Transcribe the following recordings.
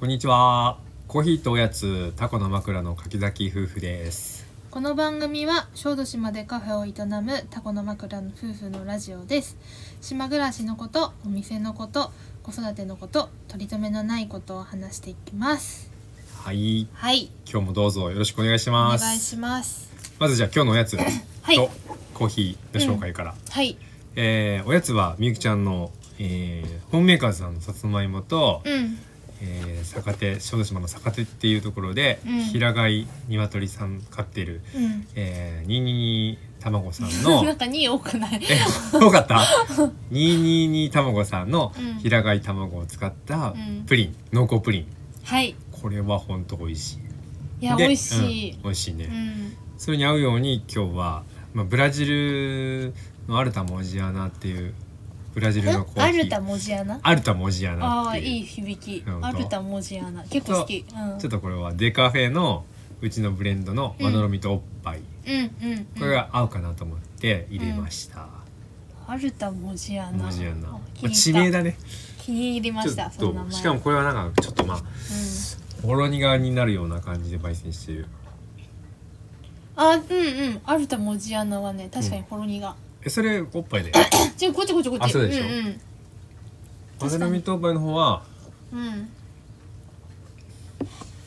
こんにちは。コーヒーとおやつ、タコの枕の柿崎夫婦です。この番組は小豆島でカフェを営むタコの枕の夫婦のラジオです島暮らしのことお店のこと子育てのこと取り留めのないことを話していきますはい、はい今日もどうぞよろしくお願いしおます。願いしますまずじゃあ今日のおやつとはいコーヒーの紹介から。はいえーおやつはみゆきちゃんの、えーホームメーカーズさんのさつまいもと、うんえー坂手小豆島の坂手っていうところで、うん平飼い鶏さん飼ってる、うんえー、ニーニーニー卵さん なのんか2位多くないえ 多かった222卵さんのうん平飼い卵を使ったうんプリン、濃厚プリンはいいこれはほんと美味しいやで美味しういん美味しいね、うんそれに合うように今日は、まあ、ブラジルのアルタモジアナっていうブラジルのコーヒーアルタ文字穴アルタモジアナあっあていういい響きうんアルタ文字穴結構好きうんちょっとこれはデカフェのうちのブレンドのまどろみとおっぱい、うんうんこれが合うかなと思って入れました、アルタ文字穴モジアナ、あま気あ、に地入名っただね気に入りまちょっしたその名と前しかもこれはなんかちょっとまあうんほろ苦になるような感じで焙煎してるあ、うんうん。アルタモジアナはね、確かにほろ苦。 えそれおっぱいでじゃあ、こっちこっちこっち。あそうでしょんまどろみとおっぱいの方はうん。うん。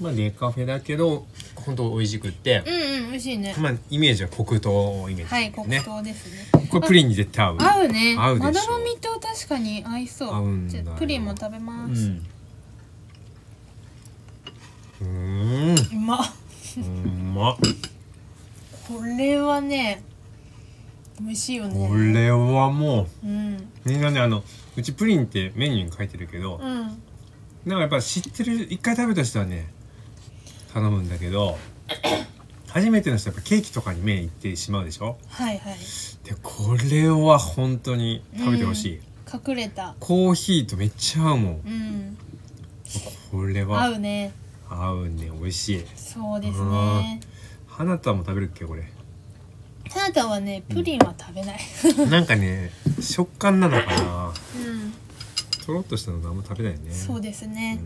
まあデカフェだけど本当美味しくって、うんうん、美味しいね。まあイメージは黒糖をイメージはでい、す黒ね、糖ですね。これプリンに絶対合う合うね。合うでしょまどろみと確かに合いそう。合うんだよじゃあプリンも食べうます。んうーんうまっ。うんまっこれはね、美味しいよね。これはもうん。うみんなねあのうちプリンってメニューに書いてるけど、うん。なんかやっぱ知ってる一回食べた人はね頼むんだけど初めての人はやっぱケーキとかに目いってしまうでしょはいはい。でこれは本当に食べてほしい、隠れた。コーヒーとめっちゃ合うもんうん。これ合はうね。合うね美味しいそうですうんね。花田も食べるっけこれあなたはね、プリンは食べない。なんかね食感なのかなうん。とろっとしたの何も食べないよねそうでですね。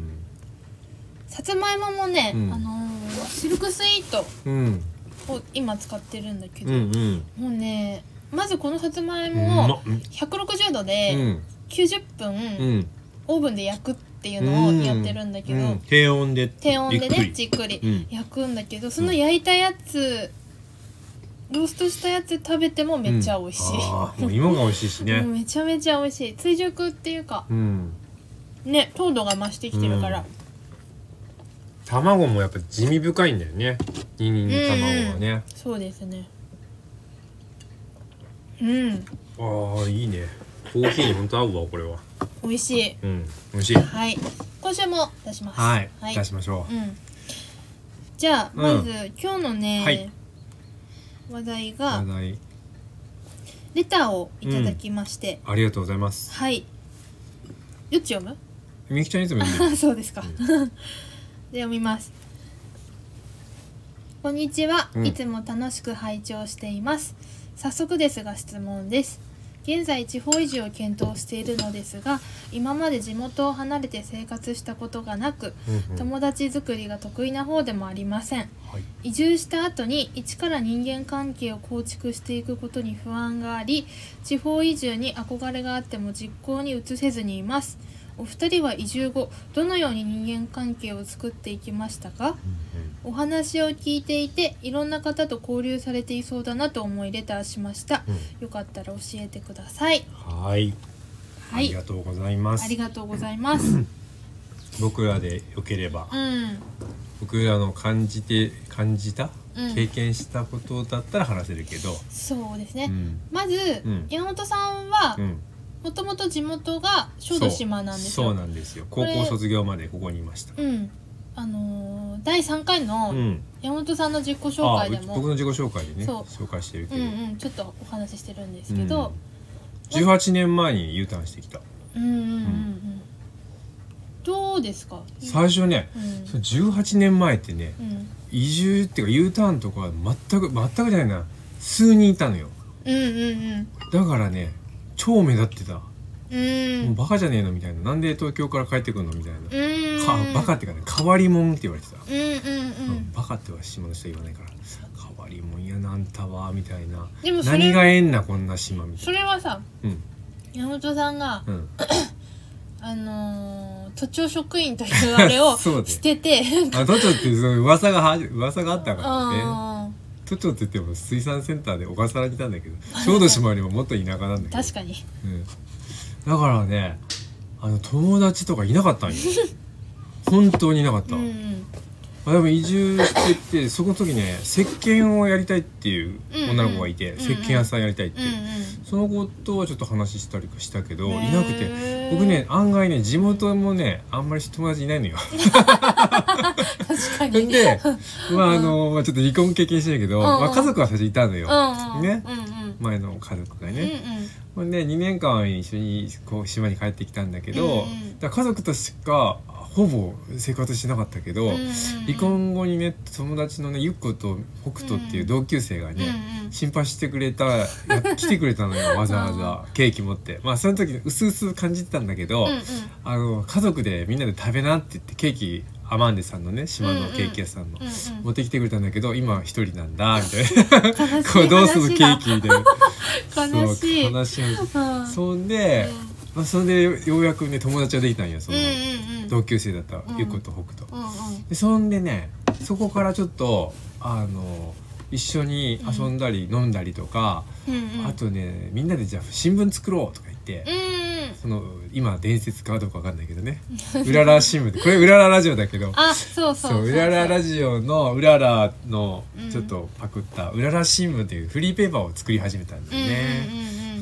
さつまいももね、うんあのーシルクスイートうん、うん、を今使ってるんだけうど、んうんもうねまずこのさつまいうもまをっうん160度うでん90う分、んオーブンで焼くっていうのをやってるんだけど、うん低温で低温でゆっねくじりっくりうん焼くんだけどその焼いたやつローストしたやつ食べてもめっちゃ美味しい、あーもう芋が美味しいし もうねめちゃめちゃ美味しい追熟っていうかうんね糖度が増してきてるから、卵もやっぱ地味深いんだよねニンニンの卵はね、そうですねうんああいいねコーヒーに本当合うわこれは美味しいうん美味しいはい。今週も出します。はい、はい。出しましょうん。じゃあ、うんまず、今日のね、はい話題うが話題レターをいただきまして、ありがとうございますはい。どっち読む？ みゆきちゃんいつも読んでるあそうですか。 で読みます。こんにちは、うんいつも楽しく拝聴しています。早速ですが質問です。現在地方移住を検討しているのですが、今まで地元を離れて生活したことがなく、うんうん友達作りが得意な方でもありませんはい移住した後に一から人間関係を構築していくことに不安があり地方移住に憧れがあっても実行に移せずにいますお二人は移住後どのように人間関係を作っていきましたかお話を聞いていていろんな方と交流されていそうだなと思いレターしましたうんうんよかったら教えてくださいうんはいあはりいがとうございまあすりがとうございます僕らでよければうん僕らの感じて感じたうん経験したことだったら話せるけどそうですね、うんまず、うん山本さんはうんもともと地元が小豆島なんですそうよ。そうなんですよ高れ校卒業までここにいましたうん。あのー第3回うのん山本さんの自己紹あ介でも、僕の自己紹介でねそう紹介してるけうんど、うんちょっとお話ししてるんですけど、うん、18年前に U ターンしてきたうん、うんうんうんどうですか？最初ねうんその18年前ってねうん移住っていうか U ターンとかは全く全くじゃないな数人いたのようんうんだからね超目立ってた、うんうもうんバカじゃねえのみたいななんで東京から帰ってくるのみたいな、うんかうんバカっていうかね変わりもんって言われてた、うんうんううんんバカっては島の人は言わないから変わりもんやなあんたはみたいなでもそれ何がええんなこんな島みたいそれはさなうん山本さんが、うんあのー、都庁職員というあれ をそうね捨てて、あトチョってその噂がは噂があったからね あトチョって言っても水産センターで小笠原にいたんだけど小豆島よりももっと田舎なんだけーど確かにうん、だからねあの友達とかいなかったんよ 本当にいなかった、うんうんまあ、でも移住してってそこの時ね石鹸をやりたいっていううんうん女の子がいて、うんうん石鹸屋さんやりたいってうんいう、その子とはちょっと話したりしたけど、うんいなくてて僕ね案外ね地元もねあんまり友達いないの よ確かにでまああの、まあ、ちょっと離婚経験してるけど、うんうんまあ、家族は最初いたのよ、うんうんねうんうん前の家族がね、うほんで2年間一緒にこう島に帰ってきたんだけど、うんうんだから家族としかほぼ生活してなかったけど、んうんうん離婚後にね友達のねゆっこと北斗っていう同級生がね、うんうん心配してくれたいや来てくれたの よわざわざケーキ持ってまあその時薄々感じてたんだけど、うんうんあの家族でみんなで食べなって言ってケーキアマンデさんのね島のケーキ屋さんの、うんうん持ってきてくれたんだけど今一人なんだみ たいな悲しい話だこれどうするケーキみたいな悲しいそう悲しい話うんそんで、まあ、それでようやくね友達ができたんよそうんの、うんうん同級生だったうんゆっこと北斗、うんうんでそんでねそこからちょっとあの一緒に遊んだり飲んだりとか、うんうんあとねみんなでじゃあ新聞作ろうとか言って、うんうんその今伝説かどうかわかんないけどね「うらら新聞」これ「うららラジオ」だけどあそうそうそううららラジオのうららのうんちょっとパクったうらら新聞っていうフリーペーパーを作り始めたんだよね、ね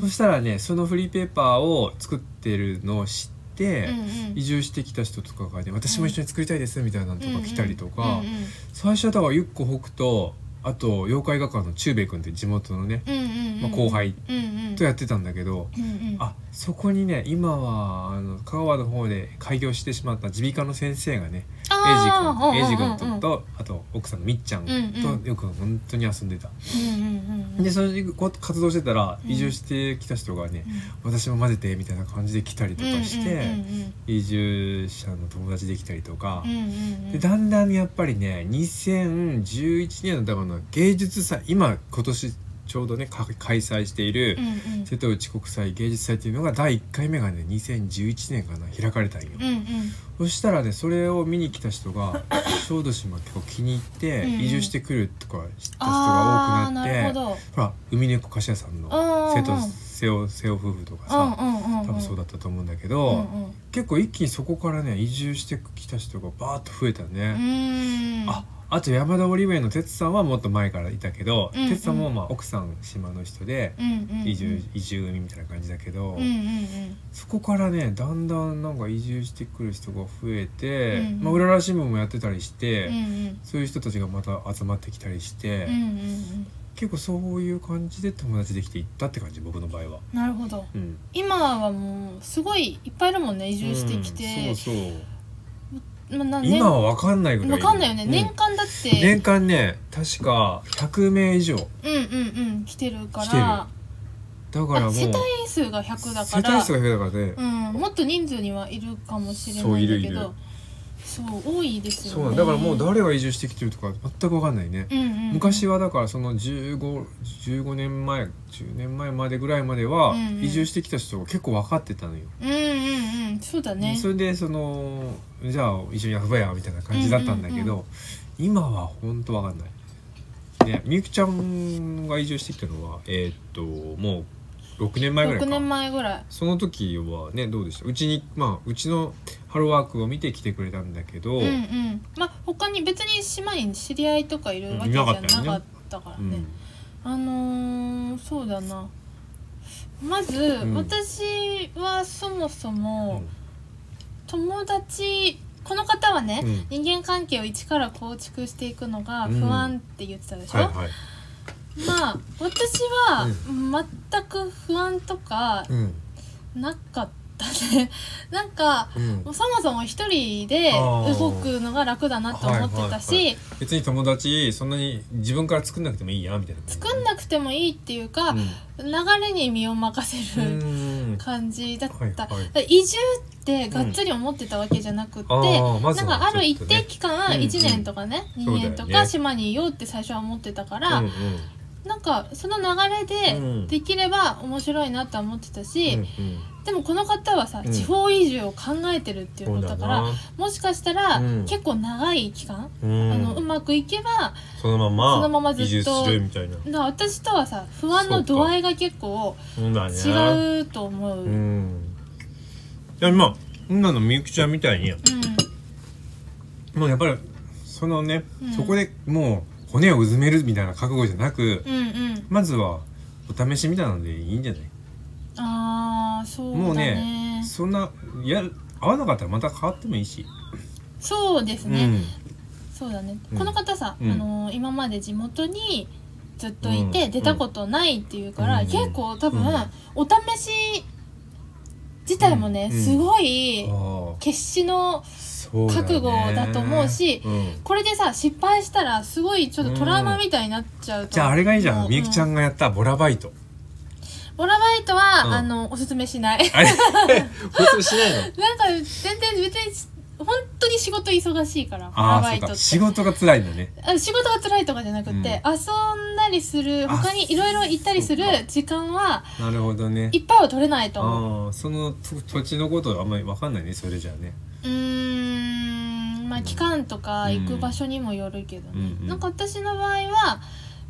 そしたらねそのフリーペーパーを作ってるのを知って、うんうん移住してきた人とかがね私も一緒に作りたいですみたいなのとか来たりとか、うんうん最初はだからゆっこ北斗あと妖怪画家の忠兵衛君って地元のね、うんうんうんまあ、後輩うんうんとやってたんだけど、うんうんあそこにね今はあの香川の方で開業してしまった耳鼻科の先生がねあーエイジ君エイジうんうんう君んとあと奥さんのみっちゃんうんうんとよく本当に遊んでた。うんうんうんでそれでこう活動してたらうん移住してきた人がね、私も混ぜてみたいな感じで来たりとかして、移住者の友達できたりとかうんうんうんう、んうんでだんだんやっぱりね2011年の多分の芸術祭今今年ちょうどねか開催しているうんうん瀬戸内国際芸術祭っていうのが第1回目がね2011年かな開かれたんよ、うんうんそしたらねそれを見に来た人が小豆島結構気に入ってうんうん移住してくるとか知った人があ多ーくなっなるてほどほら海猫菓子屋さんうんのうんう瀬ん戸瀬尾瀬尾夫婦とかうんさうんうん多分そうだったと思うんだけうど、んうん結構一気にそこからね移住してきた人がバーッと増えたね。うんああと山田オリベイの哲さんはもっと前からいたけど、うんうん哲さんもまあ奥さん島の人でうんうんうん移住,、移住組みたいな感じだけど、うんうんうんそこからねだんだんなんか移住してくる人が増えて、うんうんまあ、浦新聞もやってたりして、うんうんそういう人たちがまた集まってきたりして、うんうんうん結構そういう感じで友達できていったって感じ僕の場合は。なるほどうん、今はもうすごいいっぱいいるもんね移住してきうんて、そうそうまあな年今は分かんないぐらいわかんないよね、うん年間だって年間ね確か100名以上うんうんうん来てるから来てるだからもあう世帯数が100だ世から帯数が増えたからね、うん、もっと人数にはいるかもしれそなういいんだるけいるどそう多いですよそうなんねだからもう誰が移住してきてるとか全く分かんないね、うんうんうん、昔はだからその1515年前10年前までぐらいまではうんうん移住してきた人が結構分かってたのよ、うんうんうんそうだねそれでそのじゃあ一緒に遊ぼうやみたいな感じだったんだけど、うんうんう今は本当わかんないねみゆきちゃんが移住してきたのはえーっともう6年前ぐらい6か年前ぐらいその時はねどうでしたうちにまあうちのハローワークを見てきてくれたんだけど、うんうんまあ他に別に島に知り合いとかいるわけいじゃななかかったよねったからうね、んあのー、そうだなまず、ん私はそもそも、うん友達この方はね、うん人間関係を一から構築していくのが不安って言ってたでしょ、はいはいまあ私は全く不安とかうんなかったね なんかうんもうそもそも一人であー動くのが楽だなと思ってたし、はいはい別に友達そんなに自分から作んなくてもいいやみたいな作んなくてもいいっていうか、うん流れに身を任せるうんうん感じだった、はいはいだから移住ってがっつり思ってたわけじゃなくて、あーまずなはんかあちるょ一っとね定期間うんうん1年とかね、そう2だよ年ねとか島にいようって最初は思ってたから、うんうんなんかその流れうんでできれば面白いなとは思ってたし、うんでもこの方はさ、うん地方移住を考えてるっていううんことだからもしかしたら、うん結構長い期間、う、うんのうまくいけばそのままそのままずっと移住するみたいなだから私とはさ不安の度合いが結構そうだね違うと思う。ううんんでもまあ今のみゆきちゃんみたいにもうやっぱりそのね、うんそこでもう骨をうずめるみたいな覚悟じゃなく、うんうん、まずはお試しみたいなのでいいんじゃない、ああそうだねもうねそんなや合わなかったらまた変わってもいいし、そうですね、うんそうだね、うんこの方さ、うんあのー今まで地元にずっといて、うん出たことないっていうから、うん結構多分、うんお試し自体もね、うんすごいあ決死のあそうだね覚悟だと思うしうんこれでさ失敗したらすごいちょっとトラウマみたいになっちゃうと、じゃああれがいいじゃうんみゆきちゃんがやったボラバイ トボラバイトは、うんあのおすすめしない あれ普通しないのなんか全然別に本当に仕事忙しいからボラあバあイそうトってか仕事が辛いんだねあ仕事が辛いとかじゃなくて、うん遊んだりするあ他にいろいろ行ったりするそうか時間はなるほどねいっぱいは取れないと思うああそのと土地のことはあんまりわかんないねそれじゃあねうーんまあ期間とか行く場所にもよるけどね、うんうんなんか私の場合は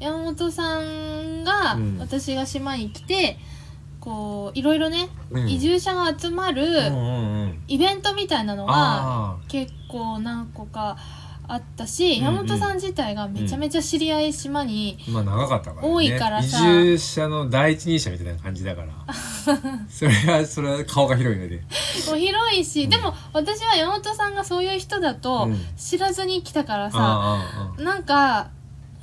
山本さんがうん私が島に来てこういろいろね、うん移住者が集まるうんうんうんイベントみたいなのがああ結構何個かあったし、うんうん山本さん自体がめちゃめちゃ知り合い島に、まあ長かったからね多いからさ移住者の第一人者みたいな感じだ からそれはそれは顔が広いのでもう広いし、うんでも私は山本さんがそういう人だとうん知らずに来たからさ、あなんか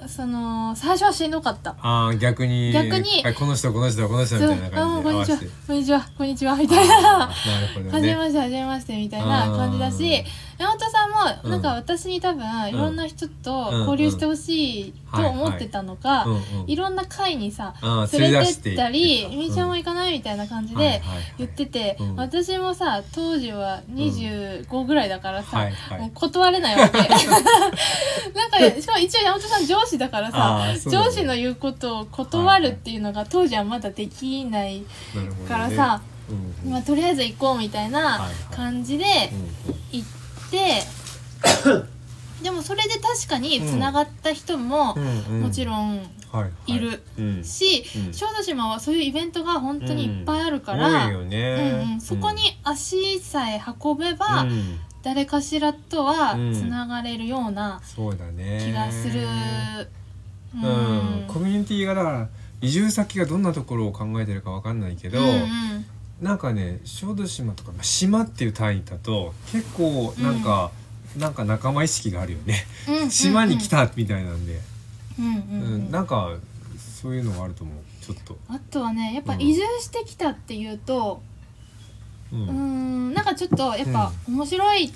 その最初はしんどかったあ。ああああ逆に逆にはいこの人この人この人みたいなそう感じであこん合にわちせはてこんにちはこんにちはみたいあなあなるほ「どはじねめましてはじめまして」みたいな感じだし山本さんうもんなんか私に多分いろんな人と交流してほしいと思ってたのかうんうんいろんな会にさああ連連れれて出してっいたりって「たみーちゃんも行かない?」みたいな感じはいではいはい言ってて、うん私もさ当時は25ぐらいだからさ、はいはいもう断れないわけ なんかしかも一応山本さん上司だからさ、ああそうだね上司の言うことを断るっていうのが当時はまだできないなるほどねからさ、うんうんまあ、とりあえず行こうみたいはないはい感じでうん行って、でもそれで確かにつながった人もうんうんもちろんはいはいるうんし、うん小豆島はそういうイベントが本当にいっぱいあるから、多いようんうんねそこに足さえ運べば、うん誰かしらとはうんつながれるようなそうだね気がする、うんうん、コミュニティがだから移住先がどんなところを考えてるかわかんないけど、うんうんなんかね小豆島とか、まあ、島っていう単位だと結構なんか、なんか仲間意識があるよね、うんうんうん島に来たみたいなんで、うんうんうんうんなんかそういうのがあると思うちょっと、あとはねやっぱうん移住してきたっていうとううんんなんかちょっとやっぱ面白い、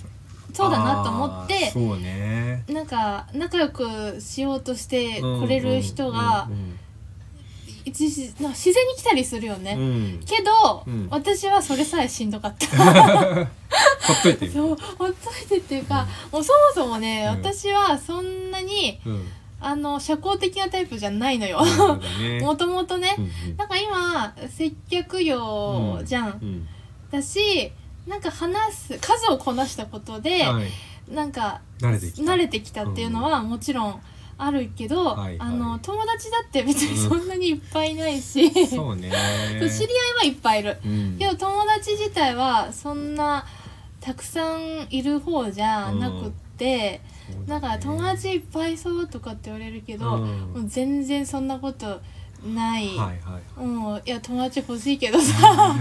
そうだなと思っあーてそうねなんか仲良くしようとしてくれる人がうんうん一時なんか自然に来たりするよね、うんうんけど、うん私はそれさえしんどかった ほっといてそうほっといてっていうか、もうそもそもね、うん私はそんなにうんあの社交的なタイプじゃないのよ そうだねもともとね、うんなんか今接客業じゃん、うんうんだしなんか話す数をこなしたことで、はい、なんか慣れてきた慣れてきたっていうのはもちろんあるけど、はいはいあの友達だって別にそんなにいっぱいいないし、 そうそうね知り合いはいっぱいいるうんけど友達自体はそんなたくさんいる方じゃなくって、そうなだんかね友達いっぱいそうとかって言われるけど、うんもう全然そんなことない、はいはいもういや友達欲しいけ どさ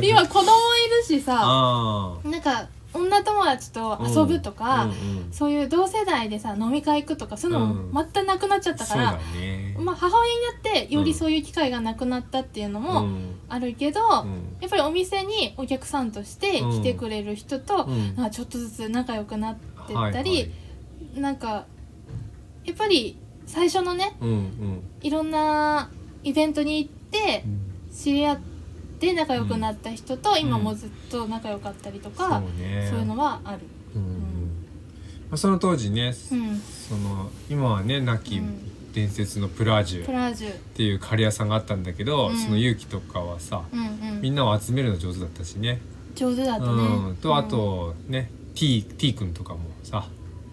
今子供いるしさあなんか女友達と遊ぶとか、あうんうんそういう同世代でさ飲み会行くとかそういうのも全くなくなっちゃったかそうだら、ねまあ、母親になってよりそういう機会がなくなったっていうのうもんあるけど、うんやっぱりお店にお客さんとして来てくれる人と、うんなんかちょっとずつ仲良くなってはっいはたいり、なんかやっぱり最初のねうんうんいろんなイベントに行ってうん知り合っで仲良くなった人と今うんもずっと仲良かったりとそか、うねそういうのはある。うんまあ、その当時ね、うん、その今はね亡きうん伝説のプラージプュっラージュ、ていうカレー屋さんがあったんだけど、うんその勇気とかはさ、うんうみん、んなを集めるの上手だったしね。上手だったね。うん、とあとね、T T 君とかもさ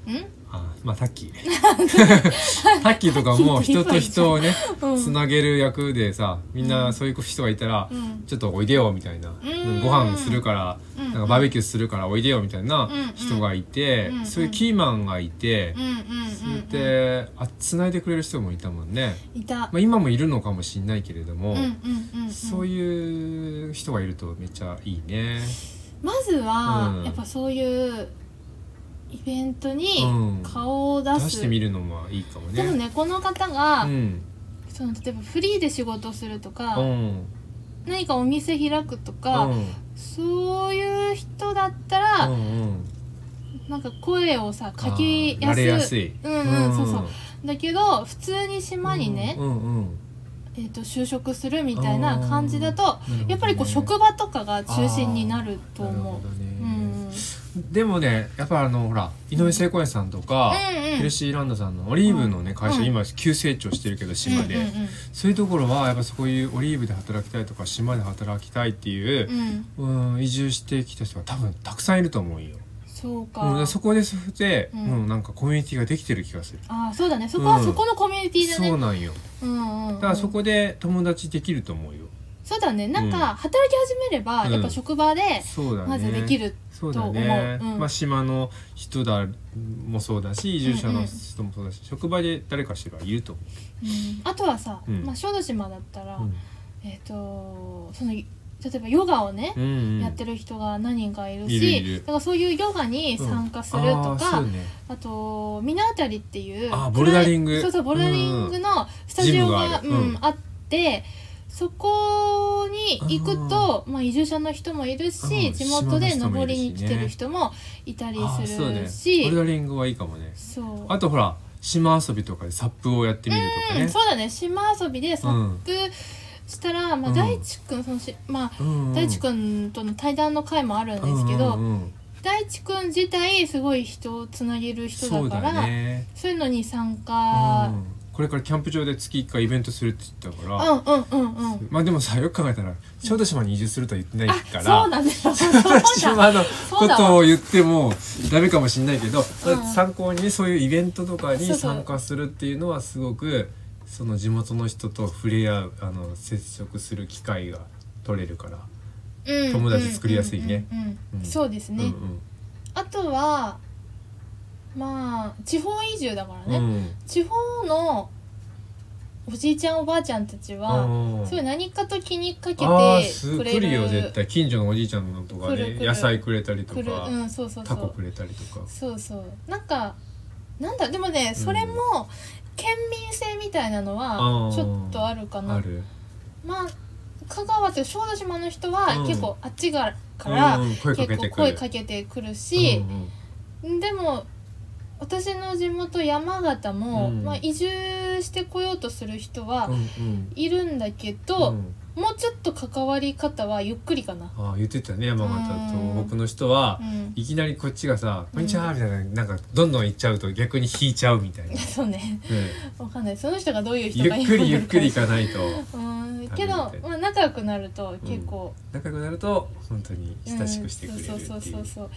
うん、あまあタッ キータッキーとかも人と人をねうん、つなげる役でさみんなそういう人がいたら、うんちょっとおいでよみたいな、んご飯するから、うんなんかバーベキューするからおいでよみたいな人がいて、うんうんそういうキーマンがいてう、んうんうんうん、であつないでくれる人もいたもんね、いた。まあ、今もいるのかもしんないけれども、うんうんうんうん、そういう人がいるとめっちゃいいね。まずは、うんやっぱそういうイベントにうん顔を出出す、してみるのもいいかもね。でもねこの方が、うん、その例えばフリーで仕事するとか、うん、何かお店開くとうか、んそういう人だったら、うんなんか声をさかきあー慣やすれいやすい。うんうんそうそうだけど普通に島にね、うんうんえー、と就職するみたいな感じだと、うんやっぱりこうなるほどね職場とかが中心になるとなるほ思どう。ね。でもね、やっぱあのほら井上聖子園さんとか、うんうんヘルシーランドさんのオリーブのね会社、うん今急成長してるけど島で、うんうんそういうところはやっぱそういうオリーブで働きたいとか島で働きたいっていうう、んうんうん、移住してきた人が多分たくさんいると思うよ。そうか、うん、そこでそして、ううんん、なんかコミュニティができてる気がする。ああそうだねそこはうんそこのコミュニティだね、そうなんよ。うんうんうんだからそこで友達できると思うよ。そうだねなんかうん働き始めれば、うんやっぱ職場でそうだね。まずできるそうだとね、思ううんまあ島の人だもそうだし移住者うんうのん人もそうだし、職場で誰かしらいると思うんあとはさ、うんまあ、小豆島だったら、う。えっ、とその例えばヨガをねう、んやってるる人が何人かいるいるしいるだからそういうヨガに参加するとか、あーそうねあとミナあたりっていうあーボルダリング暗いそうそうボルダリングのスタジオが,、うジんムがあるうんあってそこに行くとまあ、移住者の人もいるし、うん地元で島の人も登いるしねりに来てる人もいたりあーすそうるねしボルダリングはいいかもねそうあとほら島遊びとかでサップをやってみるとかうんねそうだね島遊びでサップしたら、まあ、うん大地君そのし、まあ、うんうん大地君との対談の回もあるんですけど、うんうんうん大地君自体すごい人をつなげる人そうだかだらそう,、ね、いうのに参う加、ん、これからキャンプ場で月1回イベントするって言ってたから、うんうんうんうん。まあでもさよく考えたら小豆島に移住するとは言ってないあ、からそうなんだよ。そう 小だ豆。島のそうこだとを言ってもダメかもしれないけど、うん参考にねそういうイベントとかにそうそう参加するっていうのはすごくその地元の人と触れ合うあの接触する機会が取れるから、うん友達作りやすいね。うんうんうんうんそうですね。うんあとはまあ地方移住だからうんね。地方のおじいちゃんおばあちゃんたちは、うんそういう何かと気にかけてあーすくれ来る。るよ絶対近所のおじいちゃんのとか来るね来る野菜くれたりと来る。か、うん、そうそうそタコうく。れたりとかそうそう。なんかなんだでもね、それも県民性みたいなのうはんちょっとあるかなあるまあ香川って小豆島の人はうん結構あっちがから、うんうん声かけ結て構くる声かけてくるしう、んでも私の地元山形も、うんまあ、移住してこようとする人はうんうんいるんだけうど、んもうちょっと関わり方はゆっくりかな。あー言ってたね山形とうん僕の人はう、ん、 いきなりこっちがさ「うんこんにちは」みたいななんかどんどん行っちゃうと逆に引いちゃうみたいな、そうねうんわかんないその人がどういう人ゆがっくりゆっくり行かかないとうんけど、まあ、仲良くなると結構、仲良くなると本当に親しくしてくれるってうんそうそういそううそう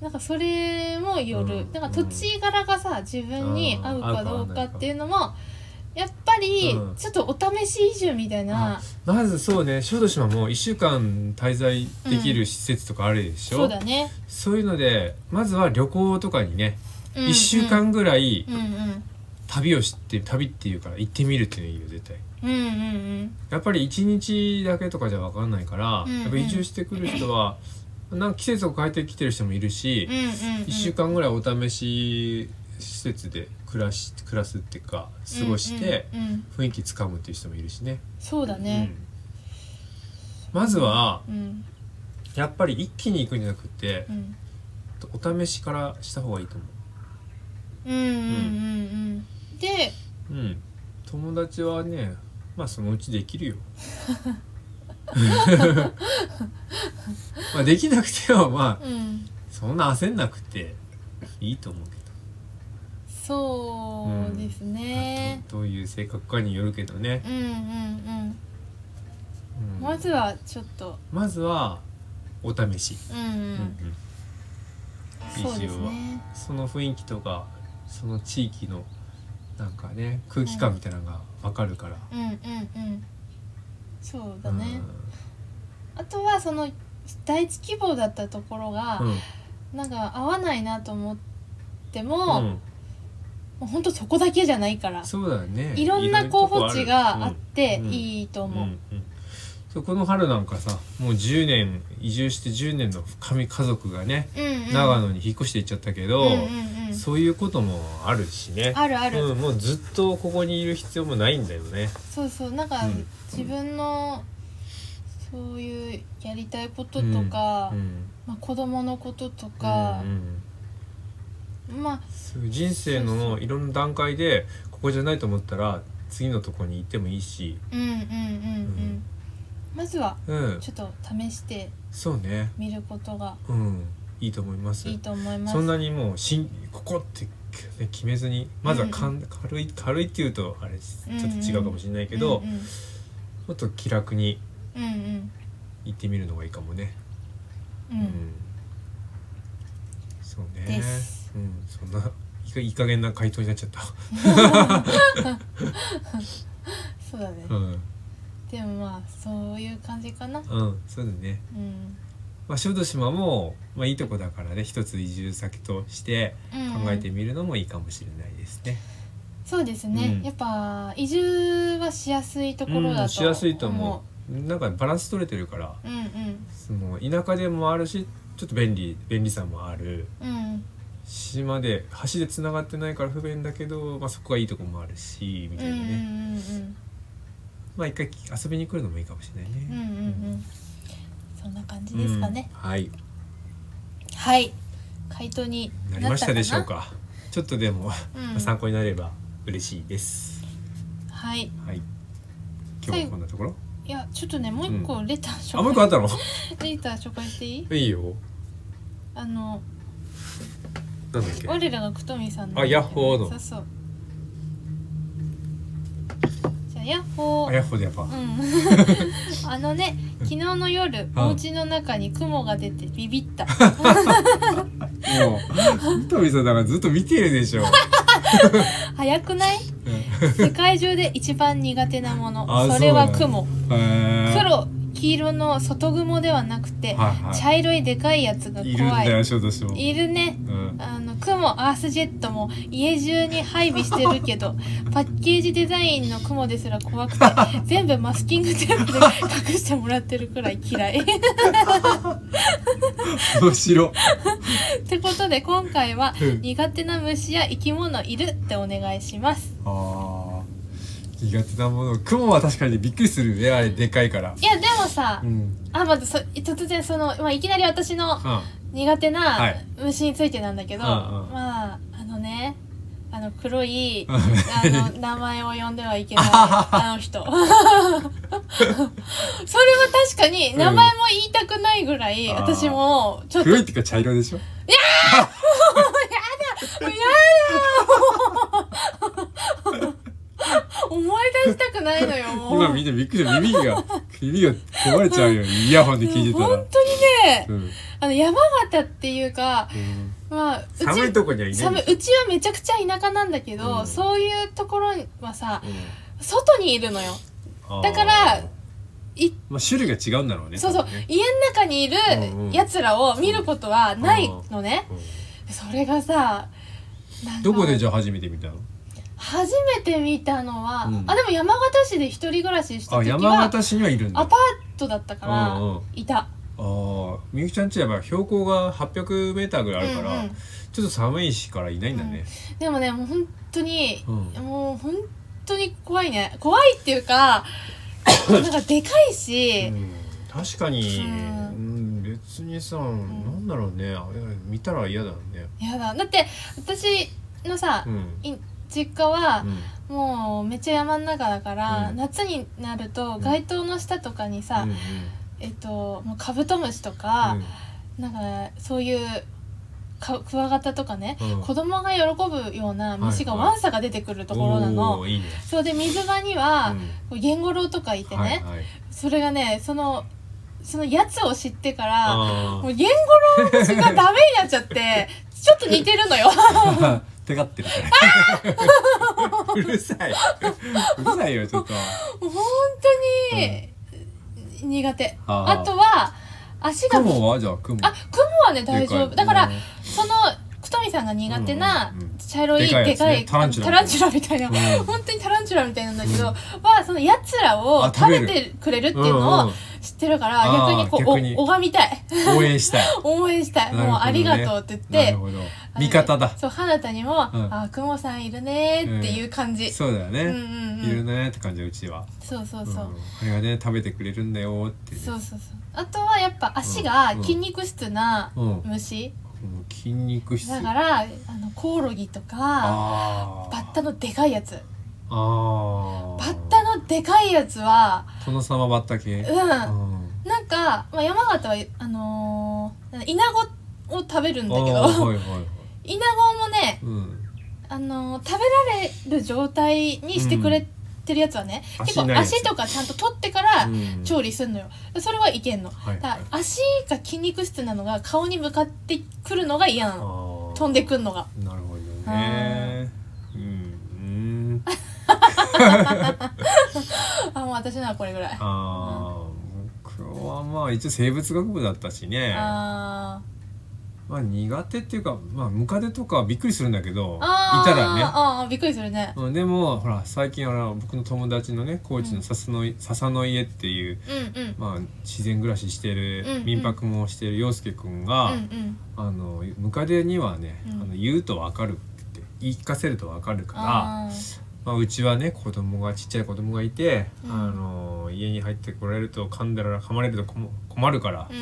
なんかそれもよる、うんなんか土地柄がさ自分に合うかどうかっていうのもやっぱりうんちょっとお試し移住みたいな、あまずそうね小豆島も1週間滞在できる施設とかあるでしょ、そうだね、そういうのでまずは旅行とかにね、う一ん1週間ぐらいうんうん旅をして旅っていうから行ってみるっていうのいいよ絶対。うんうんうんやっぱり1日だけとかじゃ分かんないから、うんうんやっぱ移住してくる人はなんか季節を変えてきてる人もいるし、うんうんうん1週間ぐらいお試し施設で暮らし暮らすっていうか過ごしてうんうんうん雰囲気つかむっていう人もいるしね。そうだねうんまずはうんやっぱり一気に行くんじゃなくてうんお試しからした方がいいと思うんうんうんうんで う。うん、友達はねまあそのうちできるよ。 まあできなくてはまあうんそんな焦んなくていいと思うけど、そうですね、どういう性格かによるけどね、うん、うんうんうんまずはちょっとまずはお試し、うん、ううんん、そうですねその雰囲気とかその地域のなんかね空気感みたいなのがわかるから、うんうんうんそうだうんね、あとはその第一希望だったところが、うんなんか合わないなと思っても、うもんうほんとそこだけじゃないからそうだよねいろんな候補地があってうんいいとと思う。そうこの春なんかさもう10年移住して10年の深み家族がね、うんうん長野に引っ越していっちゃったけど、うんうんうんそういうこともあるしねあるある、うん、もうずっとここにいる必要もないんだよねそうそうなんかうん自分のそういうやりたいこととか、うんまあ、子供のこととかうんう、んまあそういう人生のいろんな段階でここじゃないと思ったら次のとこに行ってもいいし、うんうんうんうん、んまずはうん、ちょっと試してそうね、みることがうん、いいと思いますいいと思います。そんなにもうしんここってね決めずにまずはかん、軽い軽いっていうとあれちょっと違うかもしれないけど、うんうんもっと気楽にうんうん行ってみるのがいいかもね。うう、んそうねですうん、そんないいかいい加減な回答になっちゃった。そうだね、うん、でもまあそういう感じかなうん、そうだね。うん、まあ、小豆島も、まあ、いいとこだからね一つ移住先としてうん、考えてみるのもいいかもしれないですね。そうですね、うんやっぱ移住はしやすいところだと思う、うん、しやすいと思う。なんかバランス取れてるからううんうんその田舎でもあるしちょっと便利便利さもあるうん島で橋でつながってないから不便だけど、まあ、そこがいいとこもあるしみうんうたいなね、んまあ一回遊びに来るのもいいかもしれないね。うんうんうんうんそんな感じですかね、うんはいはい回答になりなまっしたたかなでしょうかちょっとでも、うん参考になれば嬉しいです。はいはい今日はこんなところいやちょっとねもう一個レターあもう一紹個あ介、ったのレター紹介していいいいよあのなんだっけ我らがくとみさんのあヤッホーのそうそうじゃあヤッホーあやっほでやっぱ、うん あのね昨日の夜うんお家の中に雲が出てビ ビったもうトミさんだからずっと見てるでしょ、早くないうん世界中で一番苦手なもあのそれはそうな雲へー黒黄色の外雲ではなくて、はいはい茶色いでかいやつがいるんだ怖いよ小豆島いるねうんあの雲アースジェットも家中に配備してるけ どパッケージデザインの雲ですら怖くて全部マスキングテープで 隠してもらってるくらい嫌いっ面白いてことで今回はうん苦手な虫や生き物いるってお願いしますあー苦手なもの雲は確かにびっくりするねあれでかいからいやでもさ、うんあまずそ突然その、まあ、いきなり私のあ苦手はない虫についてなんだけど、うんうんまああのねあの黒いうんあの名前を呼んではい けないあの人 それは確かに名前も言いたくないぐらい、うん私もちょっと 黒いっていうか茶色でしょやだー 思い出したくないのよもう今みんなびっくりした耳が耳が壊れち ゃうよイヤホンで聞いてたら本当にねうんあの山形っていうかうんまあうち寒いとこにはいない寒いでしょうちはめちゃくちゃ田舎なんだけど、うんそういうところはさうん外にいるのよあーだからいまあ種類が違うんだろうねそうそう多分ね家の中にいるうんうんやつらを見ることはないのね、それがさなうんかんどこでじゃあ初めて見たの初めて見たのは、うんあでも山形市で一人暮らししたあ時山は形市にはいるんだアパートだったから、うんうんいたああ、みゆきちゃんちはやっぱ標高が800メーターぐらいあるから、うんうんちょっと寒いしからいないんだね。でもねもう本当に、うんもう本当に怖いね怖いってい うかなんかでかいし、うん確かに、ううんん、別にさ、なんだろうね、あれ見たら嫌だよね。やだだって私のさ、うん。い実家はう、んもうめっちゃ山の中だから、うん夏になるとん街灯の下とかにさ、うんうんえっともうカブトムシとか、なんかそういうかクワガタとかね、うん子供が喜ぶような虫がはいはいワンサが出てくるところなの、おーいいねそうで水場には、うんこうゲンゴロウとかいてね、はいはいそれがねそのそのやつを知ってからあもうゲンゴロウ虫がダメになっちゃってちょっと似てるのよー 手がってるから うるさいうるさいよちょっともう本当に、苦手ああーとは足が雲はじゃあ雲あ雲はね大丈で夫いだから、うんそのくとみさんが苦手なうんうんうん茶色いでかいやでつかねいタランチュラタランチュラみたいなうん本当にタランチュラみたいなんだけどはそのやつらをあ食食べべるてくれるっていううのんをうん知ってるからあー逆にこう逆にお拝みたい 応援したい。応援したないるもうほどねありがとうってな言るってほど。あれ味方だ。そう花田にも「んあくもさんいるね」っていう感じそうだようんうね。んいうるんねって感じうちは。そうそううんそうあれがね食べてくれるんだよってね。そうそうそうあとはやっぱ足が筋肉質なうん虫もう筋肉質。だからあのコオロギとかああ。バッタ。のでかいやつああ。バッタ。のでかいやつは殿様バッタう系。んうん。なんか、まあ、山形はあのーなんだイナゴを食べるんだけあーどはいはいはい。 イナゴもね、うん。あのー食べられる状態にしてくれてるやつはね、うん結構足ないやつ足とかちゃんと取ってからうん調理するのよ、それはいけんの、はいはいだから足が筋肉質なのが顔に向かってくるのが嫌なのああ。飛んでくるのがなるほどね。うん。うん。あもう私ならこれぐらいあああ。僕はまあ一応生物学部だったしね。あーまあ苦手っていうか、まあムカデとかはびっくりするんだけど、いあーたらね。あーびっくりするねうん、でもほら最近あの僕の友達のね高知の笹の,、笹の家っていう、うんうんまあ、自然暮らししてる、うんうん民泊もしてる陽介くんが、うんうんあのムカデにはね、うんあの言うとわかるって言い聞かせるとわかるからあーまあ、うちはね子供がちっちゃい子供がいて、うんあの家に入ってこられると噛んだら噛まれると困困るからうんう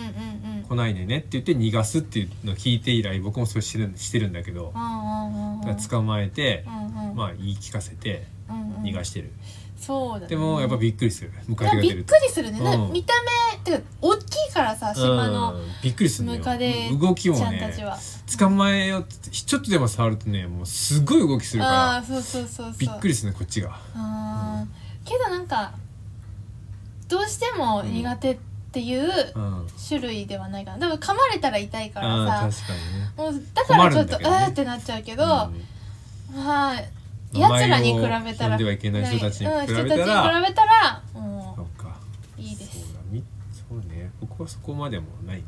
んうん来ないでねって言って逃がすっていうのを聞いて以来僕もそれしてるしてるんだけど、あだから捕まえて、ままあ言い聞かせてあ逃がしてる、そうだねでもやっぱびっくりするムカいやデがび出っるくとりするねなんうかん見た目ってか大きいからさ島うのんびっくりするのムカデよ動きもちゃんたちねは捕まえようってちょっとでも触るとねもうすごい動きするああかーそうそうそうそうらびっくりするねこっちがあーけどなんかどうしても苦手っていううん種類ではないかなでも噛まれたら痛いからあさあ確かにねもうだからちょっと、困るんだけうどねーってなっちゃうけど、うんまあ名や前をつらに比べた呼らんではいけない人たちに比べたらうん人たちに比べたらもそっかういいでそうすだみそうね僕はそこまでもない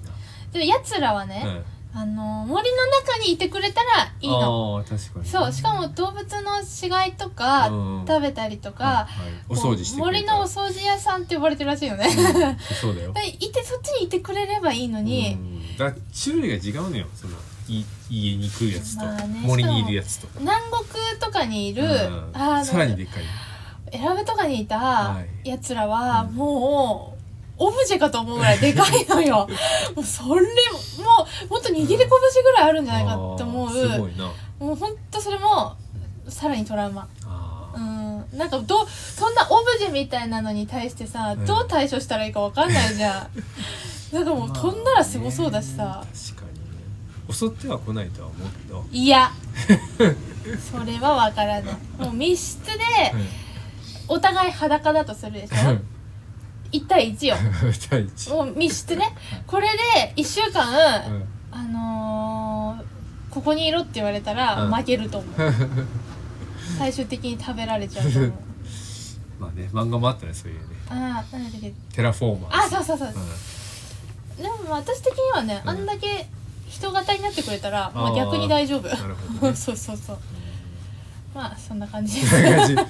でもやつらはね、な、うん、あの森の中にいてくれたらいいのああ確かにそうしかも動物の死骸とかうん食べたりとはいか、はいお掃除してくれ森たらのお掃除屋さんって呼ばれてるらしいよね、うんそうだよ でいてそっちにいてくれればいいのに、うんだ種類が違うのよそのい家に来るやつと、まあね森にいるやつと、南国とかにいる、うんあさらにのでっかいエラブとかにいたはいやつらはうんもう、オブジェかと思うぐらいでかい のよもうそれもうもっと握り拳ぐらいあるんじゃないかと思あうーすごいなもうほんとそれもさらにトラウマあうーんなんかどうそんなオブジェみたいなのに対してさ、うんどう対処したらいいかわかんないじゃ んなんかもう飛んだらすごそうだしまあさね確かにね襲っては来ないとは思うけど、いやそれはわからないもう密室でお互い裸だとするでしょ1対1ようん 第一もう密室ねこれで1週間、うんあのーここにいろって言われたらうん負けると思 う最終的に食べられちゃうと思うまあね漫画もあったねそういうねああなんだっけテラフォーマーあそうそうそう、うんでも私的にはね、うんあんだけ人型になってくれたら、まああ、ー逆に大丈夫なるほどね そうそうそううまあそんな感じ ん感じうん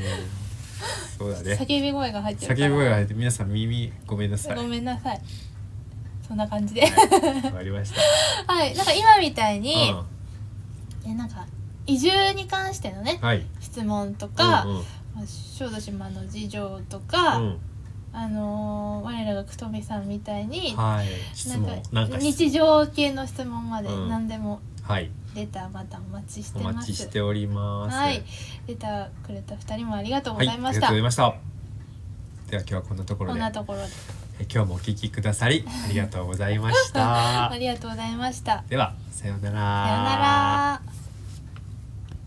そうだね叫び声が入ってる叫からび声が入って皆さん耳ごめんなさいごわめんなさいそんな感じでかりました はいなんか今みたいに、うえなんか移住に関してのねんはい質問とか、うんうんまあ小豆島の事情とか、うんあのー我らがくとみさんみたいに、はい質問ななんんかか日常系の質問までうん何でもはいレターまたお待ちしておます待ちしておりますはいレターくれた二人もありがとうごはいざあいりがまとうした、ございましたでは今日はこんなところこんでなところでえ今日もお聞きくださりありがとうございましあた りがとうございましたではさようならさようなら